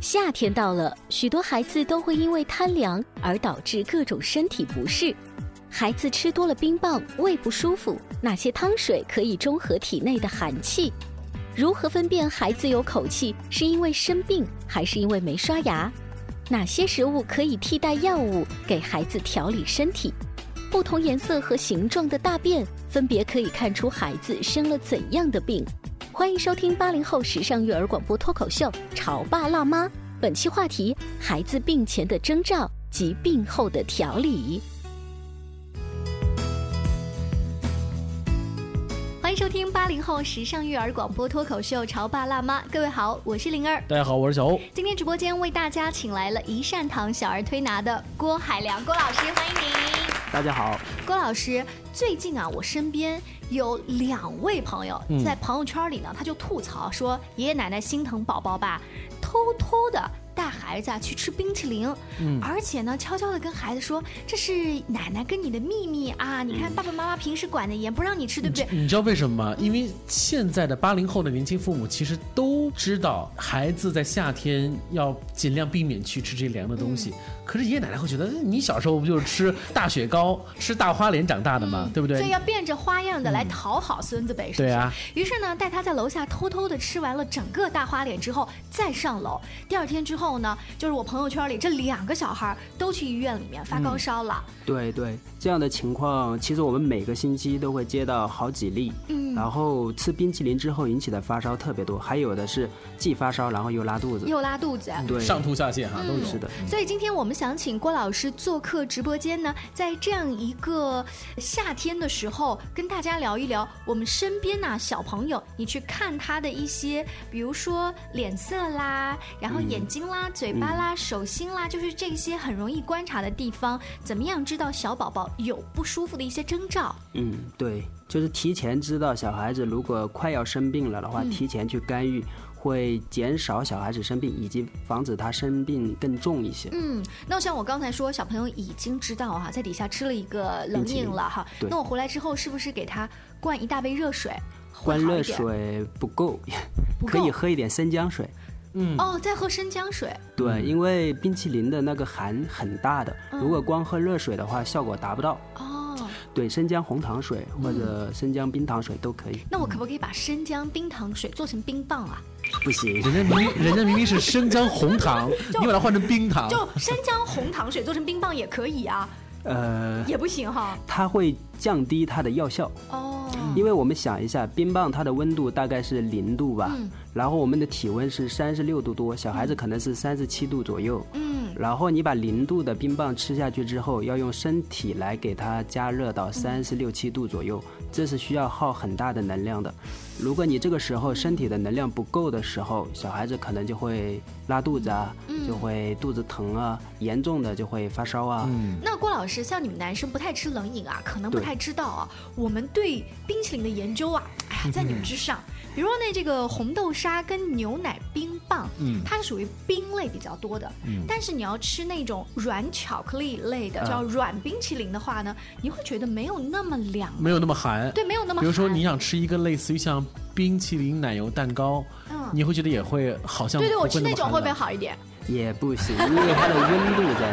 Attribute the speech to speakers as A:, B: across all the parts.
A: 夏天到了，许多孩子都会因为贪凉而导致各种身体不适。孩子吃多了冰棒，胃不舒服。哪些汤水可以中和体内的寒气？如何分辨孩子有口气是因为生病还是因为没刷牙？哪些食物可以替代药物给孩子调理身体？不同颜色和形状的大便分别可以看出孩子生了怎样的病。欢迎收听八零后时尚育儿广播脱口秀《潮爸辣妈》，本期话题：孩子病前的征兆及病后的调理。
B: 欢迎收听八零后时尚育儿广播脱口秀《潮爸辣妈》，各位好，我是灵儿。
C: 大家好，我是小欧。
B: 今天直播间为大家请来了一善堂小儿推拿的郭海良郭老师，欢迎您。
C: 大家好，
B: 郭老师，最近啊，我身边有两位朋友
C: 嗯
B: 在朋友圈里呢，他就吐槽说，爷爷奶奶心疼宝宝吧，偷偷的带孩子啊去吃冰淇淋，
C: 嗯
B: 而且呢，悄悄的跟孩子说，这是奶奶跟你的秘密啊，你
C: 嗯
B: 看爸爸妈妈平时管得严，不让你吃，对不对？
C: 你知道为什么吗？因为现在的八零后的年轻父母其实都知道，孩子在夏天要尽量避免去吃这些凉的东
B: 嗯
C: 西。可是爷爷奶奶会觉得，嗯你小时候不就是吃大雪糕、吃大花莲长大的吗？对不
B: 嗯所以
C: 对
B: 要？变着花样的来讨好孙子呗，是不
C: 对
B: 是？
C: 啊，
B: 于是呢，带他在楼下偷偷的吃完了整个大花脸之后，再上楼。第二天之后呢，就是我朋友圈里这两个小孩儿都去医院里面发
C: 嗯
B: 高烧了。
D: 对对，这样的情况，其实我们每个星期都会接到好几例。
B: 嗯，
D: 然后吃冰淇淋之后引起的发烧特别多，还有的是既发烧然后又拉肚子。
B: 又拉肚子。
D: 对，
C: 上吐下泻哈、都有。
D: 是的，
B: 所以今天我们想请郭老师做客直播间呢，在这样一个夏天的时候，跟大家聊一聊我们身边呐、小朋友，你去看他的一些，比如说脸色啦，然后眼睛啦、嘴巴啦、手心啦，就是这些很容易观察的地方，怎么样知道小宝宝有不舒服的一些征兆？
D: 嗯，对，就是提前知道小孩子如果快要生病了的话，
B: 嗯
D: 提前去干预，会减少小孩子生病，以及防止他生病更重一些。
B: 嗯，那像我刚才说，小朋友已经知道哈、在底下吃了一个冷
D: 冰淇淋
B: 饮了哈，
D: 对
B: 那我回来之后是不是给他灌一大杯热水？会
D: 关
B: 好
D: 热
B: 一点
D: 水不够，
B: 不
D: 可
B: 够
D: 以喝一点生姜水。
C: 嗯，
B: 哦，在喝生姜水。
D: 对，因为冰淇淋的那个寒很大的，如果光喝热水的话，效果达不到。
B: 哦，
D: 对，生姜红糖水或者生姜冰糖水都可以。
B: 那我可不可以把生姜冰糖水做成冰棒啊？
D: 不行，
C: 人家明人家明明是生姜红糖， 你把它换成冰糖，
B: 就生姜红糖水做成冰棒也可以 啊，
D: 呃，
B: 也不行哈。
D: 它会降低它的药效，
C: 嗯
B: 哦，
D: 因为我们想一下，冰棒它的温度大概是零度吧，
B: 嗯
D: 然后我们的体温是三十六度多，小孩子可能是三十七度左右。
B: 嗯，
D: 然后你把零度的冰棒吃下去之后，要用身体来给它加热
B: 嗯
D: 到三十六七度左右，这是需要耗很大的能量的。如果你这个时候身体的能量不够的时候，小孩子可能就会拉肚子啊，
B: 嗯
D: 就会肚子疼啊，严重的就会发烧啊。
B: 那郭老师，像你们男生不太吃冷饮啊，可能不
D: 对
B: 太知道啊。我们对冰淇淋的研究啊，哎呀，在你们之上。
C: 嗯
B: 比如说呢，这个红豆沙跟牛奶冰棒，
C: 嗯
B: 它是属于冰类比较多的。但是你要吃那种软巧克力类
C: 嗯
B: 的，叫软冰淇淋的话呢，你会觉得没有那么凉，
C: 没有那么寒。
B: 对，没有那么
C: 比如说
B: 寒
C: 你想吃一个类似于像冰淇淋奶油蛋糕，
B: 嗯
C: 你会觉得也会好像
B: 对对，我
C: 嗯不
B: 吃
C: 会
B: 那
C: 那么
B: 种
C: 寒
B: 会不会
C: 冷
B: 好一点？
D: 也不行，因为它的温度在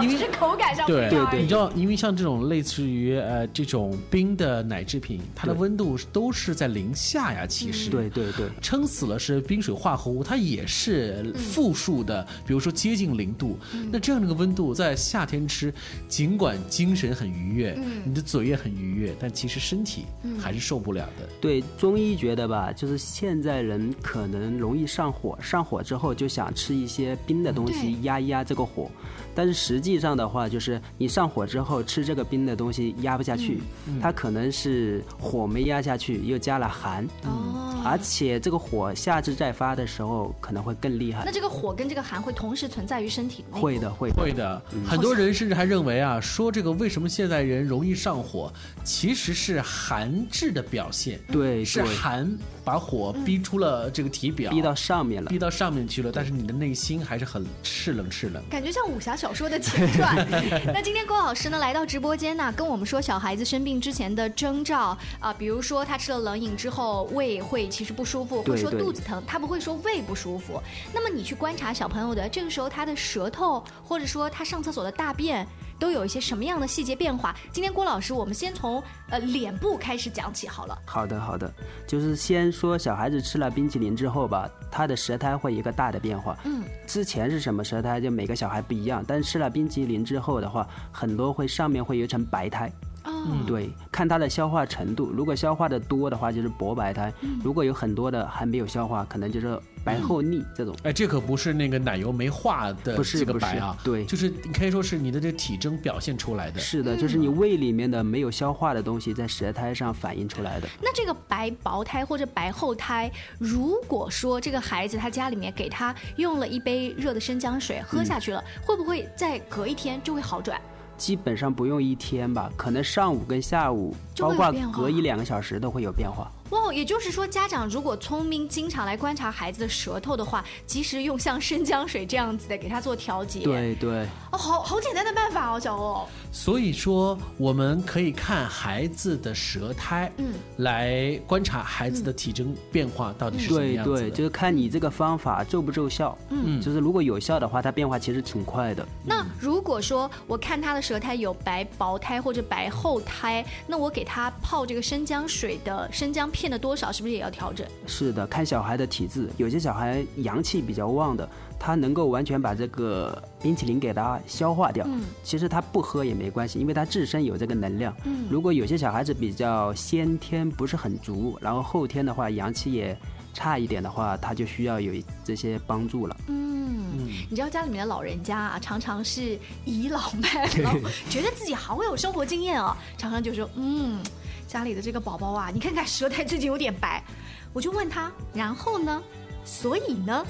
E: 哦，只是口感上不一
C: 对
E: 样而已
C: 你知道，因为像这种类似于呃这种冰的奶制品，它的
D: 对
C: 温度是都是在零下呀，其
E: 嗯
C: 实。
D: 对对对，
C: 撑死了是冰水化合物，它也是负数的，
E: 嗯
C: 比如说接近零度。那这样的一个温度，在夏天吃，尽管精神很愉悦，
E: 嗯
C: 你的嘴也很愉悦，但其实身体还是受不了的。
D: 对中医觉得吧，就是现在人可能容易上火，上火之后就想吃一些冰的东
B: 对
D: 西压一压这个火，但是实际上的话，就是你上火之后吃这个冰的东西压不下去，
B: 嗯
D: 它可能是火没压下去，又加了寒，
B: 哦，
D: 而且这个火下次再发的时候可能会更厉害
B: 那。这个火跟这个寒会同时存在于身体内。
D: 会的，会的，
C: 会的，很多人甚至还认为啊，说这个为什么现代人容易上火，其实是寒滞的表现，
D: 对
C: 是
D: 对
C: 寒把火逼出了这个体表，
D: 逼到上面了
C: 逼。到上面去了，但是你的内心还是很赤冷赤冷。
B: 感觉像武侠小说的前传。 那今天郭老师呢来到直播间呢、跟我们说小孩子生病之前的征兆啊、比如说他吃了冷饮之后胃会其实不舒服，会
D: 对
B: 说
D: 对
B: 肚子疼，他不会说胃不舒服。那么你去观察小朋友的这个时候他的舌头，或者说他上厕所的大便。都有一些什么样的细节变化？今天郭老师，我们先从呃脸部开始讲起好了。
D: 好的，好的，就是先说小孩子吃了冰淇淋之后吧，他的舌苔会有一个大的变化。嗯，之前是什么舌苔，就每个小孩不一样，但是吃了冰淇淋之后的话，很多会上面会有一层白苔。
B: 哦，
D: 对，看它的消化程度，如果消化的多的话，就是薄白苔；
B: 嗯
D: 如果有很多的还没有消化，可能就是白厚腻
B: 嗯
D: 这种。
C: 哎，这可不是那个奶油没化的
D: 不是
C: 这个白啊，
D: 不是对
C: 就是你可以说是你的这个体征表现出来的。
D: 是的，就是你胃里面的没有消化的东西在舌苔上反映出来的。
B: 那这个白薄胎或者白厚胎，如果说这个孩子他家里面给他用了一杯热的生姜水喝下去了，会不会再隔一天就会好转？
D: 基本上不用一天吧，可能上午跟下午，
B: 就
D: 包
B: 会有
D: 括
B: 变化
D: 隔一两个小时都会有变化。
B: 哇，也就是说，家长如果聪明，经常来观察孩子的舌头的话，及时用像生姜水这样子的给他做调节。，
D: 对对。
B: 哦，好好简单的办法哦，小欧。
C: 所以说，我们可以看孩子的舌苔，嗯，来观察孩子的体征变化到底是什么
D: 对
C: 样子
D: 对，
C: 的。
D: 就是看你这个方法奏不奏效。嗯，就是如果有效的话，它变化其实挺快的。
B: 那如果说我看他的舌苔有白薄苔或者白厚苔，那我给他泡这个生姜水的生姜片的多少，是不是也要调整？
D: 是的，看小孩的体质，有些小孩阳气比较旺的，他能够完全把这个冰淇淋给他消化掉。嗯，其实他不喝也没关系，因为他自身有这个能量。嗯，如果有些小孩子比较先天不是很足，然后后天的话阳气也差一点的话，他就需要有这些帮助了。
B: 嗯你知道家里面的老人家啊，常常是倚老卖老，觉得自己好有生活经验啊，常常就说，嗯，家里的这个宝宝啊，你看看舌苔最近有点白，我就问他，然后呢？所以呢？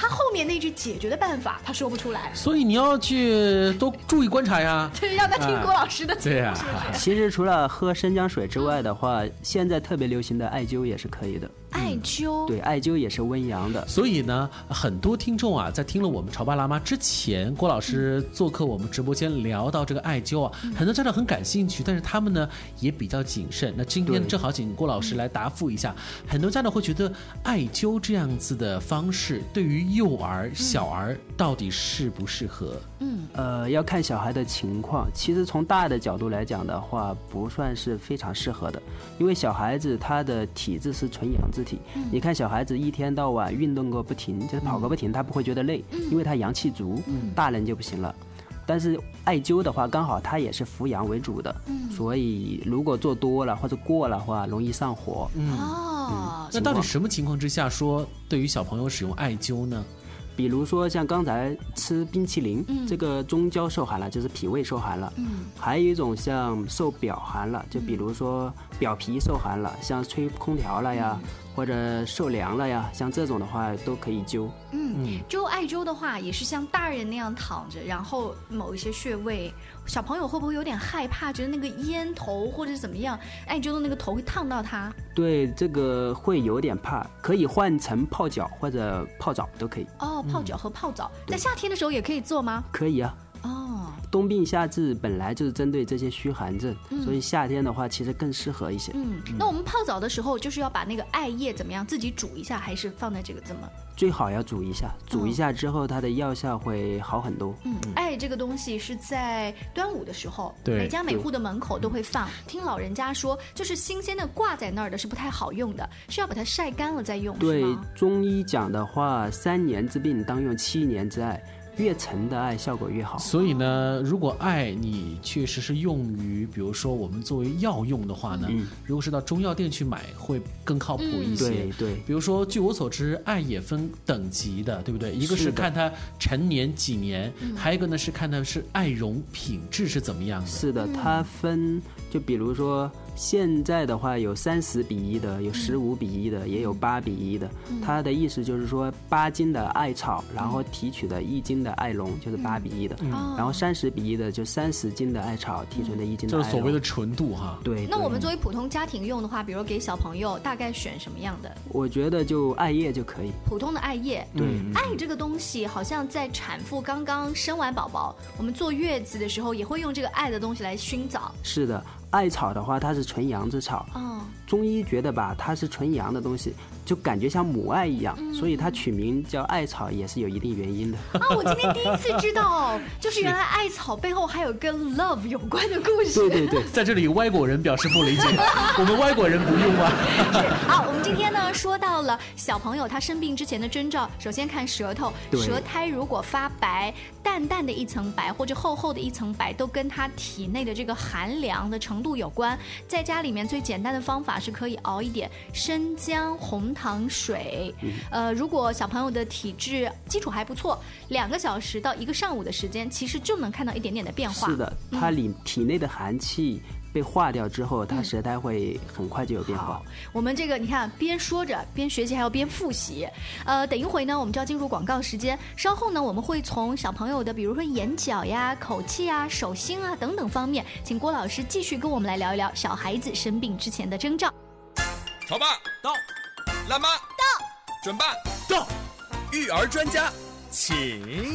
B: 他后面那句解决的办法，他说不出来，
C: 所以你要去多注意观察呀。
B: 对，让他听
C: 哎
B: 郭老师的
C: 对呀、
D: 其实除了喝生姜水之外的话，现在特别流行的艾灸也是可以的。
B: 艾灸，
D: 对，艾灸也是温阳的。
C: 所以呢，很多听众啊，在听了我们潮爸辣妈之前，郭老师做客我们直播间聊到这个艾灸啊，很多家长很感兴趣，但是他们呢也比较谨慎。那今天
D: 对
C: 正好请郭老师来答复一下，很多家长会觉得艾灸这样子的方式对于幼儿、小儿到底适不适合？
D: 呃，要看小孩的情况。其实从大的角度来讲的话，不算是非常适合的，因为小孩子他的体质是纯阳之体。你看小孩子一天到晚运动个不停，就是跑个不停，他不会觉得累，因为他阳气足。大人就不行了。但是艾灸的话，刚好它也是扶阳为主的，所以如果做多了或者过了的话，容易上火。
B: 哦，
C: 那到底什么情况之下说对于小朋友使用艾灸呢？
D: 比如说像刚才吃冰淇淋，
B: 嗯
D: 这个中焦受寒了，就是脾胃受寒了。嗯，还有一种像受表寒
B: 嗯
D: 了，就比如说表皮受寒了，像吹空调了呀，
B: 嗯
D: 或者受凉了呀，像这种的话都可以灸。
B: 灸艾灸的话，也是像大人那样躺着，然后某一些穴位，小朋友会不会有点害怕，觉得那个烟头或者怎么样，艾灸的那个头会烫到他？
D: 对，这个会有点怕，可以换成泡脚或者泡澡都可以。
B: 哦，泡脚和泡澡、在夏天的时候也可以做吗？
D: 可以啊，
B: 哦，
D: 冬病夏治本来就是针对这些虚寒症，所以夏天的话其实更适合一些。
B: 嗯，那我们泡澡的时候就是要把那个艾叶怎么样自己煮一下，还是放在这个怎么？
D: 最好要煮一下，煮
B: 嗯
D: 一下之后它的药效会好很多。
B: 嗯，艾这个东西是在端午的时候，
C: 对
B: 每家每户的门口都会放。听老人家说，就是新鲜的挂在那儿的是不太好用的，是要把它晒干了再用，
D: 对
B: 是吗？
D: 中医讲的话，三年之病当用七年之爱，越沉的爱效果越好。
C: 所以呢，如果艾你确实是用于，比如说我们作为药用的话呢，如果是到中药店去买，会更靠谱一些。
D: 对对
C: 比如说，据我所知，艾也分等级的，嗯对不对？一个是
D: 是的
C: 看它陈年几年，还有一个呢是看它是艾绒品质是怎么样的。
D: 是
B: 嗯
D: 的，它分就比如说现在的话有三十比一的，
B: 嗯
D: 有十五比一的，也有八比一的。它的意思就是说八斤的艾草，然后提取的一斤的艾绒
B: 嗯
D: 就是八比一的，然
B: 哦
D: 后三十比一的就三十斤的艾草提纯的一斤的
C: 就
D: 艾
C: 是
D: 绒。
C: 所谓的纯度哈，
D: 对，
B: 嗯那
D: 对
B: 我们作为普通家庭用的话，比如给小朋友，大概选什么样的？
D: 我觉得就艾叶就可以。
B: 普通的艾叶。
D: 对，嗯
B: 艾这个东西，好像在产妇刚刚生完宝宝，我们坐月子的时候也会用这个艾的东西来熏澡。
D: 是的，艾草的话它是纯阳之草，
B: 哦，
D: 中医觉得吧，它是纯阳的东西，就感觉像母爱一样，
B: 嗯
D: 所以它取名叫艾草也是有一定原 因的。
B: 啊，我今天第一次知道，就是原来艾草背后还有跟 love 有关的故事。
D: 对对 对，
C: 在这里外国人表示不理 解，我们外国人不用啊。
B: 好，我们今天呢说到了小朋友他生病之前的征兆，首先看舌头，
D: 对
B: 舌苔如果发白，淡淡的一层白或者厚厚的一层白，都跟他体内的这个寒凉的程度有关。在家里面最简单的方法是可以熬一点生姜红糖水，
D: 嗯
B: 呃，如果小朋友的体质基础还不错，两个小时到一个上午的时间，其实就能看到一点点的变化。
D: 是的，它里体内的寒气被化掉之后，它舌苔会很快就有变化
B: 好。，我们这个你看，边说着边学习，还要边复习。呃，等一会呢，我们就要进入广告时间。稍后呢，我们会从小朋友的，比如说眼角呀、口气啊、手心啊等等方面，请郭老师继续跟我们来聊一聊小孩子生病之前的征兆。
F: 潮爸到，辣妈到，准爸
G: 到，
F: 育儿专家，请。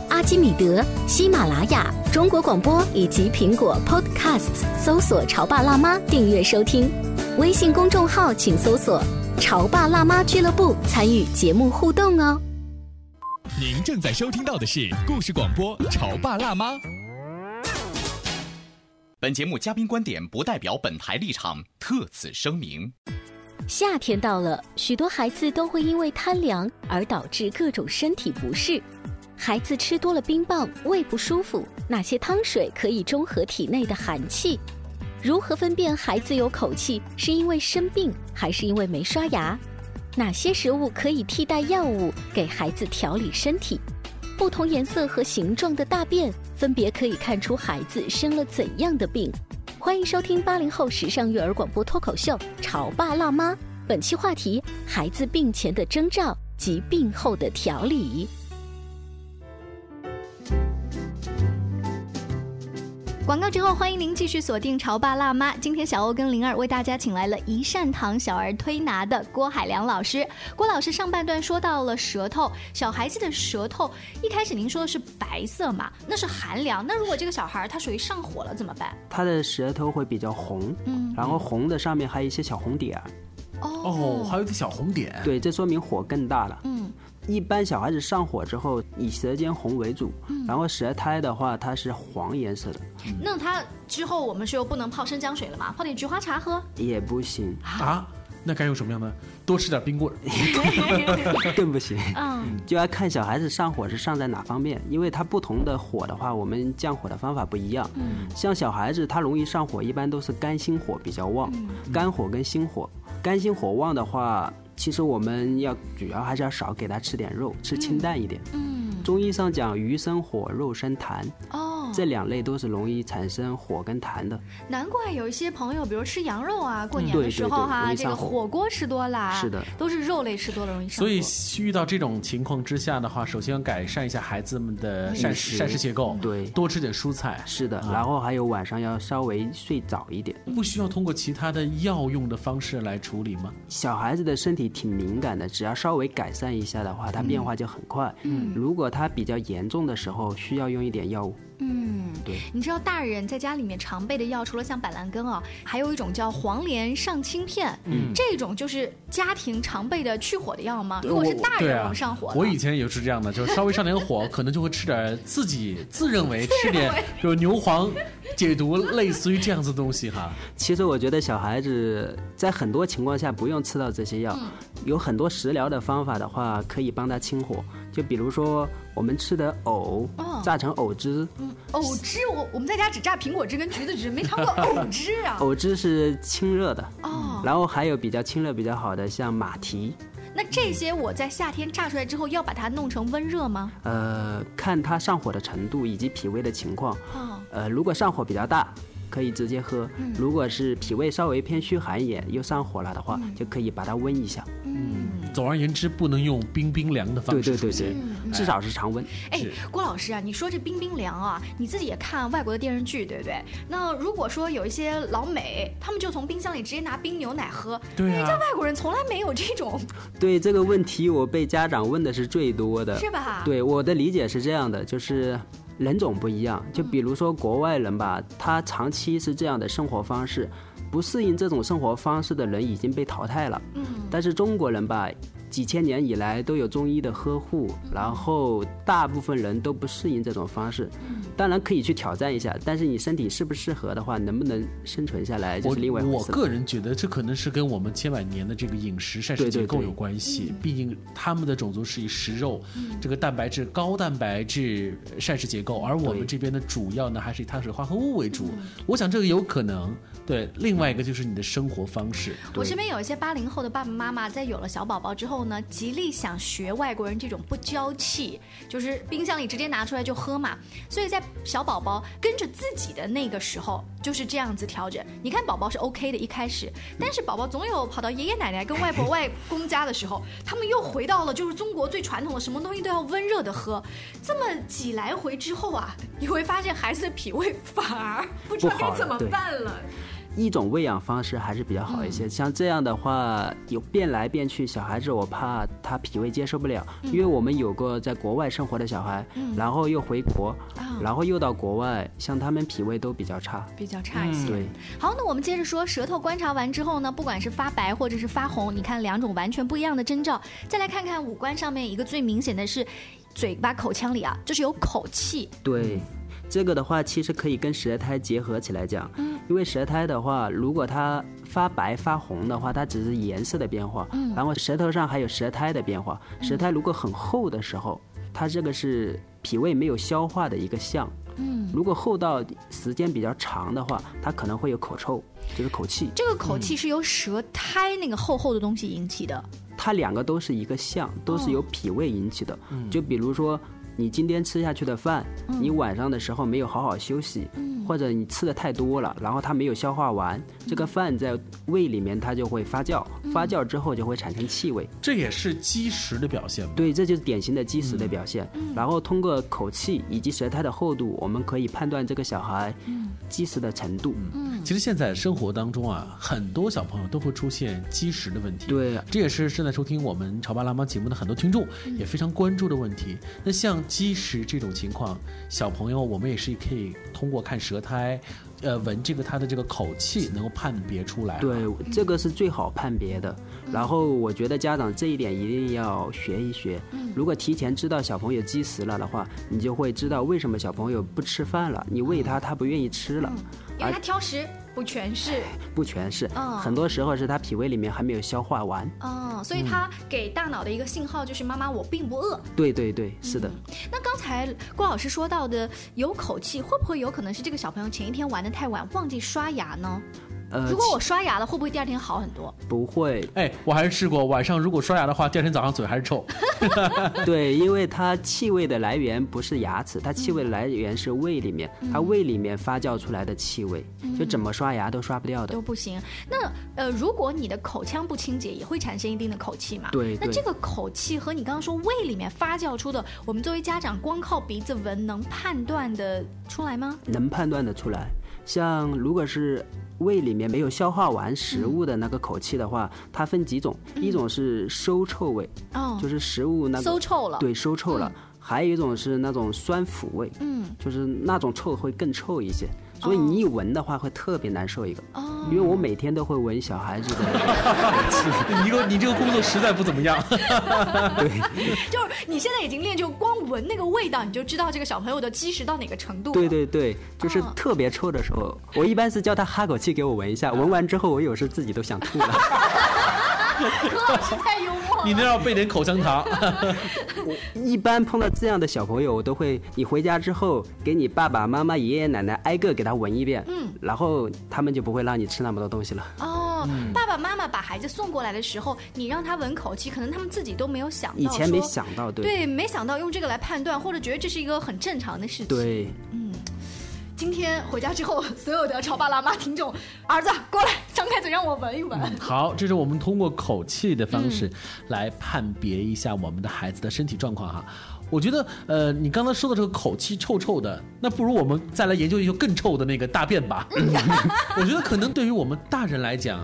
A: 阿基米德、喜马拉雅、中国广播以及苹果 Podcasts，搜索“潮爸辣妈”订阅收听。微信公众号请搜索“潮爸辣妈俱乐部”，参与节目互动哦。
H: 您正在收听到的是故事广播《潮爸辣妈》。本节目嘉宾观点不代表本台立场，特此声明。
A: 夏天到了，许多孩子都会因为贪凉而导致各种身体不适。孩子吃多了冰棒，胃不舒服。哪些汤水可以中和体内的寒气？如何分辨孩子有口气是因为生病还是因为没刷牙？哪些食物可以替代药物给孩子调理身体？不同颜色和形状的大便分别可以看出孩子生了怎样的病。欢迎收听八零后时尚育儿广播脱口秀《潮爸辣妈》，本期话题：孩子病前的征兆及病后的调理。
B: 广告之后，欢迎您继续锁定《潮爸辣妈》。今天小欧跟灵儿为大家请来了一善堂小儿推拿的郭海良老师。郭老师上半段说到了舌头，小孩子的舌头一开始您说的是白色嘛，那是寒凉。那如果这个小孩儿他属于上火了怎么办？
D: 它的舌头会比较红，
B: 嗯
D: 然后红的上面还有一些小红点儿，
C: 哦，还有一个小红点。
D: 对，这说明火更大了。
B: 嗯，
D: 一般小孩子上火之后，以舌尖红为主，
B: 嗯
D: 然后舌苔的话它是黄颜色的，
B: 那他之后我们是又不能泡生姜水了嘛？泡点菊花茶喝？
D: 也不行，
C: 啊，那该用什么样呢？多吃点冰棍儿。
D: 更不行。
B: 嗯，
D: 就要看小孩子上火是上在哪方面，因为他不同的火的话，我们降火的方法不一样。
B: 嗯
D: 像小孩子他容易上火，一般都是肝心火比较旺，
B: 嗯
D: 肝火跟心火，肝心火旺的话，其实我们要主要还是要少给他吃点肉，吃清淡一点。中医上讲鱼生火，肉生痰，
B: 嗯哦，
D: 这两类都是容易产生火跟痰的。
B: 难怪有一些朋友，比如吃羊肉啊，过年
D: 嗯对
B: 的
D: 对
B: 时候
D: 对
B: 哈、
D: 容易
B: 这
D: 上
B: 个
D: 火
B: 火锅吃多了，
D: 是的，
B: 都是肉类吃多了容易上
C: 所
B: 火。
C: 以遇到这种情况之下的话，首先要改善一下孩子
B: 嗯
C: 们的膳食
D: 饮食嗯
C: 膳食结构，
D: 对
C: 多吃点蔬菜。
D: 是的，
C: 啊
D: 然后还有晚上要稍微睡早一点。
C: 不需要通过其他的药用的方式来处理吗？
D: 小孩子的身体挺敏感的，只要稍微改善一下的话，他变化就很快。嗯，如果他比较严重的时候，需要用一点药物。
B: 嗯，
D: 对
B: 你知道大人在家里面常备的药，除了像板蓝根啊，还有一种叫黄连上清片，嗯，这种就是家庭常备的去火的药吗？如果是大
C: 对
B: 人，我
C: 啊
B: 们上火了，，
C: 我以前也是这样的，就是稍微上点火，可能就会吃点自己自认为吃点，比如牛黄解毒，类似于这样子的东西哈。
D: 其实我觉得小孩子在很多情况下不用吃到这些药，有很多食疗的方法的话，可以帮他清火。就比如说我们吃的藕，
B: 哦
D: 榨成藕汁，
B: 藕哦汁，我我们在家只榨苹果汁跟橘子汁，没尝过 藕汁啊。
D: 藕汁是清热的。
B: 哦，
D: 然后还有比较清热比较好的，像马蹄，
B: 那这些我在夏天榨出来之后，要把它弄成温热吗？
D: 呃，看它上火的程度以及脾胃的情况。
C: 嗯
B: 哦，
D: 呃，如果上火比较大，可以直接喝；如果是脾胃稍微偏虚寒一点，又上火了的话，就可以把它温一下。
C: 总而言之，不能用冰冰凉的
D: 对
C: 方式
D: 对
C: 出
D: 对
C: 现。
D: 对，至少是常温。
B: 哎
C: 是，
B: 郭老师啊，你说这冰冰凉啊，你自己也看外国的电视剧，对不对？那如果说有一些老美，他们就从冰箱里直接拿冰牛奶喝，
C: 对啊
B: 人家外国人从来没有这种，
D: 对这个问题，我被家长问的是最多的。
B: 是吧？，
D: 对我的理解是这样的，就是人种不一样，就比如说国外人吧，他长期是这样的生活方式，不适应这种生活方式的人已经被淘汰了。嗯，但是中国人吧。几千年以来都有中医的呵护，然后大部分人都不适应这种方式。当然可以去挑战一下，但是你身体适不适合的话，能不能生存下来就是另外一回
C: 我我
D: 事了。
C: 个人觉得，这可能是跟我们千百年的这个饮食膳食
D: 对对
C: 结构
D: 对
C: 有关系。毕竟他们的种族是以食肉、这个蛋白质高蛋白质膳食结构，而我们
D: 对
C: 这边的主要呢还是以碳水化合物为主。我想这个有可能。对，另外一个就是你的生活方式。
B: 我身边有一些八零后的爸爸妈妈，在有了小宝宝之后呢，极力想学外国人这种不娇气，就是冰箱里直接拿出来就喝嘛。所以在小宝宝跟着自己的那个时候，就是这样子调整。你看宝宝是 OK 的，一开始，但是宝宝总有跑到爷爷奶奶跟外 婆外公家的时候，他们又回到了就是中国最传统的，什么东西都要温热的喝。这么几来回之后啊，你会发现孩子的脾胃反而不知道
D: 不
B: 该
D: 好了
B: 怎么
D: 对
B: 办了。
D: 一种喂养方式还是比较好一些。像这样的话，有变来变去，小孩子我怕他脾胃接受不了，因为我们有过在国外生活的小孩，然后又回国，然后又到国外，像他们脾胃都比较差。
B: 比较差一些。
D: 嗯对
B: 好，那我们接着说，舌头观察完之后呢，不管是发白或者是发红，你看两种完全不一样的征兆。再来看看五官上面一个最明显的是。嘴巴、口腔里啊，就是有口气，
D: 对。这个的话，其实可以跟舌苔结合起来讲，因为舌苔的话，如果它发白发红的话，它只是颜色的变化，然后舌头上还有舌苔的变化。舌苔如果很厚的时候，它这个是脾胃没有消化的一个象。如果厚到时间比较长的话，它可能会有口臭，就是口气。
B: 这个口气是由舌苔那个厚厚的东西引起的。
D: 它两个都是一个象，都是由脾胃引起的。就比如说，你今天吃下去的饭，你晚上的时候没有好好休息，或者你吃的太多了，然后它没有消化完，这个饭在胃里面它就会发酵，发酵之后就会产生气味。
C: 这也是积食的表现嘛。
D: 对，这就是典型的积食的表现。然后通过口气以及舌苔的厚度，我们可以判断这个小孩积食的程度。
C: 其实现在生活当中啊，很多小朋友都会出现积食的问题。
D: 对
C: 这也是正在收听我们《潮爸辣妈》节目的很多听众也非常关注的问题。那像积食这种情况，小朋友我们也是可以通过看舌苔，呃，闻这个他的这个口气，能够判别出来。
D: 对，这个是最好判别的。然后我觉得家长这一点一定要学一学。
B: 嗯
D: 如果提前知道小朋友积食了的话，你就会知道为什么小朋友不吃饭了。你喂他，
B: 嗯
D: 他不愿意吃了，
B: 因为它挑食不全是，
D: 不全是，
B: 嗯
D: 很多时候是他脾胃里面还没有消化完。
B: 嗯，所以它给大脑的一个信号就是妈妈我并不饿。
D: 对对对，是的，
B: 那刚才郭老师说到的有口气，会不会有可能是这个小朋友前一天玩的太晚，忘记刷牙呢？
D: 呃，
B: 嗯如果我刷牙了，会不会第二天好很多？
D: 不会，
C: 哎，我还是试过，晚上如果刷牙的话，第二天早上嘴还是臭。
D: 对，因为它气味的来源不是牙齿，它气味的
B: 嗯
D: 来源是胃里面，它胃里面发酵出来的气味，
B: 嗯
D: 就怎么刷牙都刷不掉的
B: 都。不行。那呃，如果你的口腔不清洁，也会产生一定的口气嘛？
D: 对
B: 那
D: 对
B: 这个口气和你刚刚说胃里面发酵出的，我们作为家长光靠鼻子闻能判断的出来吗？
D: 能判断得出来。像如果是胃里面没有消化完食物的那个口气的话，它分几种，一种是馊臭味，
B: 嗯哦，
D: 就是食物那个
B: 馊臭了。，
D: 对馊臭了；还有一种是那种酸腐味，
B: 嗯，
D: 就是那种臭会更臭一些。所以你一闻的话会特别难受一个，
B: 哦
D: 因为我每天都会闻小 孩子的，
C: 你给我，你这个工作实在不怎么样。
B: 就是你现在已经练就光闻那个味道，你就知道这个小朋友的积食到哪个程度了。
D: 对对对，就是
B: 嗯
D: 特别臭的时候，我一般是叫他哈口气给我闻一
B: 嗯
D: 下，闻完之后我有时自己都想吐了。
B: 何老师太幽默了。
C: 你那要备点口香糖，
D: 一般碰到这样的小朋友，我都会你回家之后给你爸爸妈妈、爷爷奶奶挨个给他闻一遍，嗯，然后他们就不会让你吃那么多东西了。
B: 哦，
D: 嗯
B: 爸爸妈妈把孩子送过来的时候，你让他闻口气，可能他们自己都没有想到
D: 以
B: 说，
D: 前没想到，对
B: 对，没想到用这个来判断，或者觉得这是一个很正常的事情。，
D: 对
B: 今天回家之后，所有的潮爸辣妈听众，儿子过来，张开嘴让我闻一闻。
C: 嗯好，这是我们通过口气的方
B: 嗯
C: 式来判别一下我们的孩子的身体状况哈。我觉得，呃，你刚才说的这个口气臭臭的，那不如我们再来研究研究更臭的那个大便 吧。
B: 嗯
C: 我觉得可能对于我们大人来讲，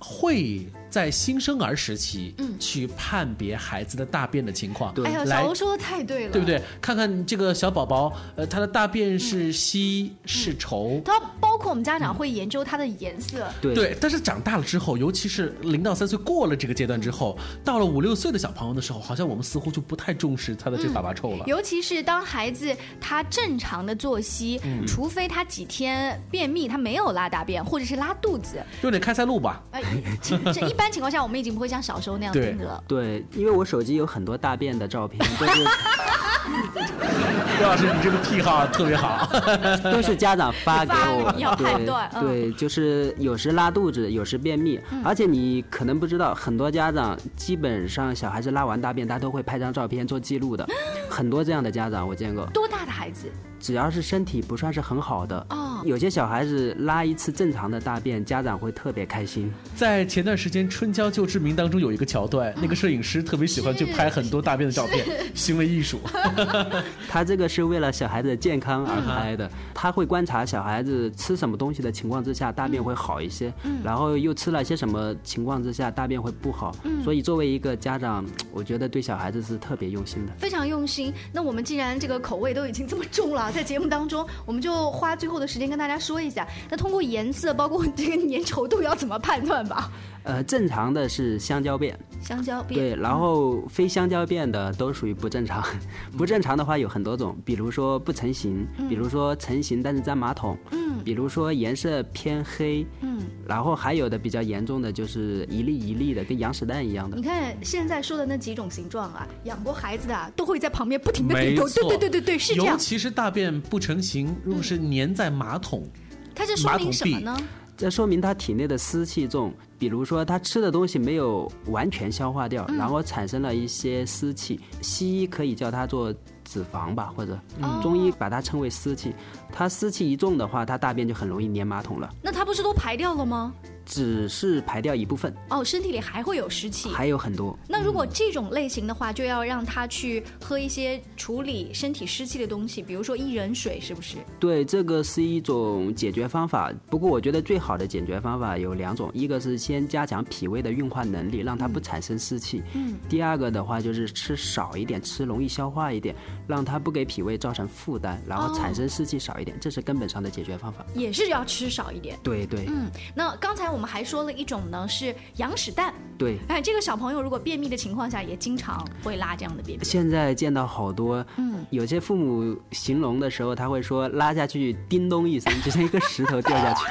C: 会在新生儿时期，去判别孩子的大便的情况，
D: 对
B: 嗯哎呀，
C: 来
B: 小欧说的太对了，
C: 对不？对？看看这个小宝宝，呃，他的大便
B: 嗯
C: 是稀是稠，
B: 他包括我们家长会研究它的颜色，
D: 对
C: 对，但是长大了之后，尤其是零到三岁过了这个阶段之后，
B: 嗯
C: 到了五六岁的小朋友的时候，好像我们似乎就不太重视他的
B: 嗯
C: 这粑粑臭了。
B: 尤其是当孩子他正常的作息，
C: 嗯
B: 除非他几天便秘，他没有拉大便或者是拉肚子，
C: 用点开塞露吧，
B: 哎，这这一般情况下我们已经不会像小时候那样
C: 对
B: 盯着了。
D: 对，因为我手机有很多大便的 照片，都是
C: 刘老师，你这个癖好啊特别好。
D: 都是家长发给我
B: 发，你要判断嗯
D: 对对，就是有时拉肚子，有时便秘，而且你可能不知道，很多家长基本上小孩子拉完大便，他都会拍张照片做记 录的，很多这样的家长我见过。
B: 多大的孩子？
D: 只要是身体不算是很好的，
B: 哦
D: 有些小孩子拉一次正常的大便，家长会特别开心。
C: 在前段时间《春娇救志明》当中有一个桥段，那个摄影师特别喜欢去拍很多大便的照片，行为艺术。
D: 他这个是为了小孩子的健康而拍的，他会观察小孩子吃什么东西的情况之下，大便会好一些，然后又吃了些什么情况之下，大便会不好。所以作为一个家长，我觉得对小孩子是特别用心的。
B: 非常用心。那我们既然这个口味都已经这么重了，在节目当中，我们就花最后的时间跟大家说一下。那通过颜色，包括这个粘稠度要怎么判断吧？
D: 呃，正常的是香蕉便，
B: 香蕉便
D: 对，然后非香蕉便的都属于不正常。不正常的话有很多种，比如说不成形，比如说成形但是粘马桶，
B: 嗯
D: 比如说颜色偏黑，
B: 嗯，
D: 然后还有的比较严重的就是一粒一粒的，跟羊屎蛋一样的
B: 你。看现在说的那几种形状啊，养过孩子的、啊、都会在旁边不停的
C: 没
B: 点头。 对
C: 错，
B: 对对对对，是这
C: 尤
B: 样。嗯
C: 其是大便不成形，如果是粘在马桶，
B: 它这说明什么呢？
D: 这说明他体内的湿气重，比如说他吃的东西没有完全消化
B: 嗯
D: 掉，然后产生了一些湿气。西医可以叫它做脂肪吧，或者、
B: 哦
D: 中医把它称为湿气。它湿气一重的话，它大便就很容易粘马桶了。
B: 那它不是都排掉了吗？
D: 只是排掉一部分，
B: 哦，身体里还会有湿气。
D: 还有很多。
B: 那如果这种类型的话，就要让他去喝一些处理身体湿气的东西，比如说薏仁水，是不是？
D: 对，这个是一种解决方法。不过我觉得最好的解决方法有两种，一个是先加强脾胃的运化能力，让它不产生湿气。嗯。第二个的话就是吃少一点，吃容易消化一点，让它不给脾胃造成负担，然后产生湿气少一点，这是根本上的解决方法。
B: 也是要吃少一点。
D: 对对、
B: 嗯，那刚才我们还说了一种呢是羊屎蛋，
D: 对。
B: 哎，这个小朋友如果便秘的情况下，也经常会拉这样的便秘。
D: 现在见到好多，嗯，有些父母形容的时候，他会说拉下去叮咚一声，就像一个石头掉 下去，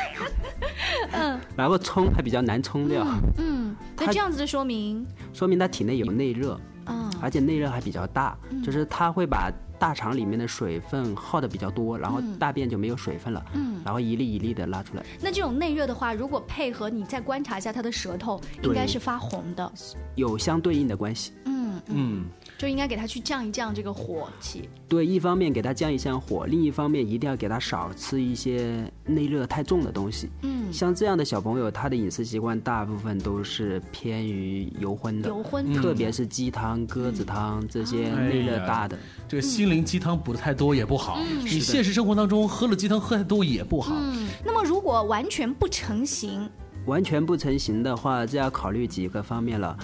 D: 嗯，然后冲还比较难冲掉，
B: 嗯，那
D: 他
B: 这样子就说明，
D: 说明他体内有内热，
B: 嗯，
D: 而且内热还比较大，就是他会把大肠里面的水分耗的比较多，然后
B: 嗯
D: 大便就没有水分了，
B: 嗯
D: 然后一粒一粒的拉出来。
B: 那这种内热的话，如果配合你再观察一下他的舌头，应该
D: 对
B: 是发红的。
D: 有相对应的关系。
B: 嗯，
D: 嗯，
B: 就应该给他去降一降这个火气。
D: 对，一方面给它降一降火，另一方面一定要给它少吃一些内热太重的东西。
B: 嗯，
D: 像这样的小朋友，他的饮食习惯大部分都是偏于油荤的，嗯
B: 油嗯荤
D: 特别是鸡汤、鸽子汤这些内热大的。
B: 嗯
C: 这个心灵鸡汤补的太多也不好，你
D: 是的
C: 现实生活当中喝了鸡汤喝太多也不好。
B: 那么如果完全不成形，
D: 完全不成形的话，这要考虑几个方面了。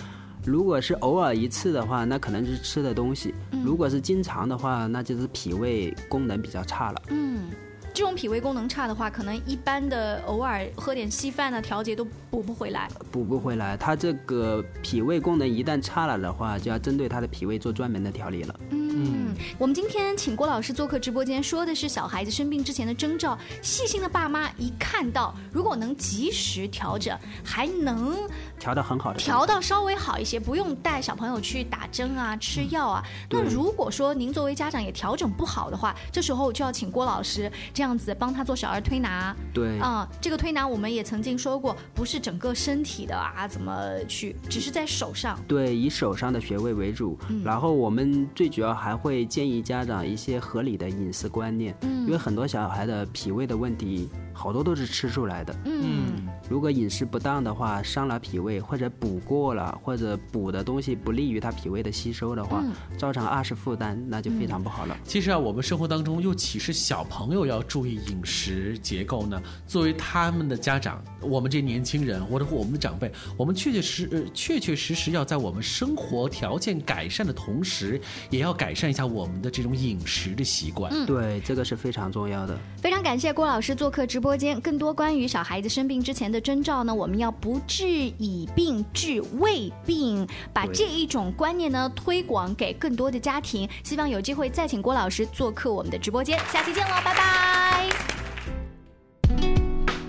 D: 如果是偶尔一次的话，那可能是吃的东西；
B: 嗯
D: 如果是经常的话，那就是脾胃功能比较差了。
B: 嗯，这种脾胃功能差的话，可能一般的偶尔喝点稀饭呢、调节都补不回来。
D: 补不回来。它这个脾胃功能一旦差了的话，就要针对它的脾胃做专门的调理了。
B: 嗯，我们今天请郭老师做客直播间，说的是小孩子生病之前的征兆。细心的爸妈一看到，如果能及时调整，还能
D: 调得很好的
B: 调到稍微好一些，不用带小朋友去打针啊、吃药啊。那
D: 对
B: 如果说您作为家长也调整不好的话，这时候就要请郭老师这样子帮他做小儿推拿。
D: 对，
B: 啊、这个推拿我们也曾经说过，不是整个身体的啊，怎么去，只是在手上。
D: 对，以手上的穴位为主，然后我们最主要还会建议家长一些合理的饮食观念，因为很多小孩的脾胃的问题，好多都是吃出来的。
B: 嗯
D: 如果饮食不当的话，伤了脾胃，或者补过了，或者补的东西不利于他脾胃的吸收的话，造成二次负担，那就非常不好了。
C: 其实啊，我们生活当中又岂是小朋友要注意饮食结构呢？作为他们的家长，我们这年轻人或者我们的长辈，我们确确实呃确确实实要在我们生活条件改善的同时，也要改善一下我们的这种饮食的习惯。
D: 对，这个是非常重要的。
B: 非常感谢郭老师做客直播间。更多关于小孩子生病之前的征兆呢，我们要不治已病，治未病，把这一种观念呢推广给更多的家庭。希望有机会再请郭老师做客我们的直播间，下期见喽，拜拜。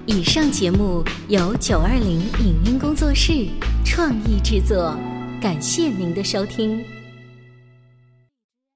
A: 以上节目由九二零影音工作室创意制作，感谢您的收听。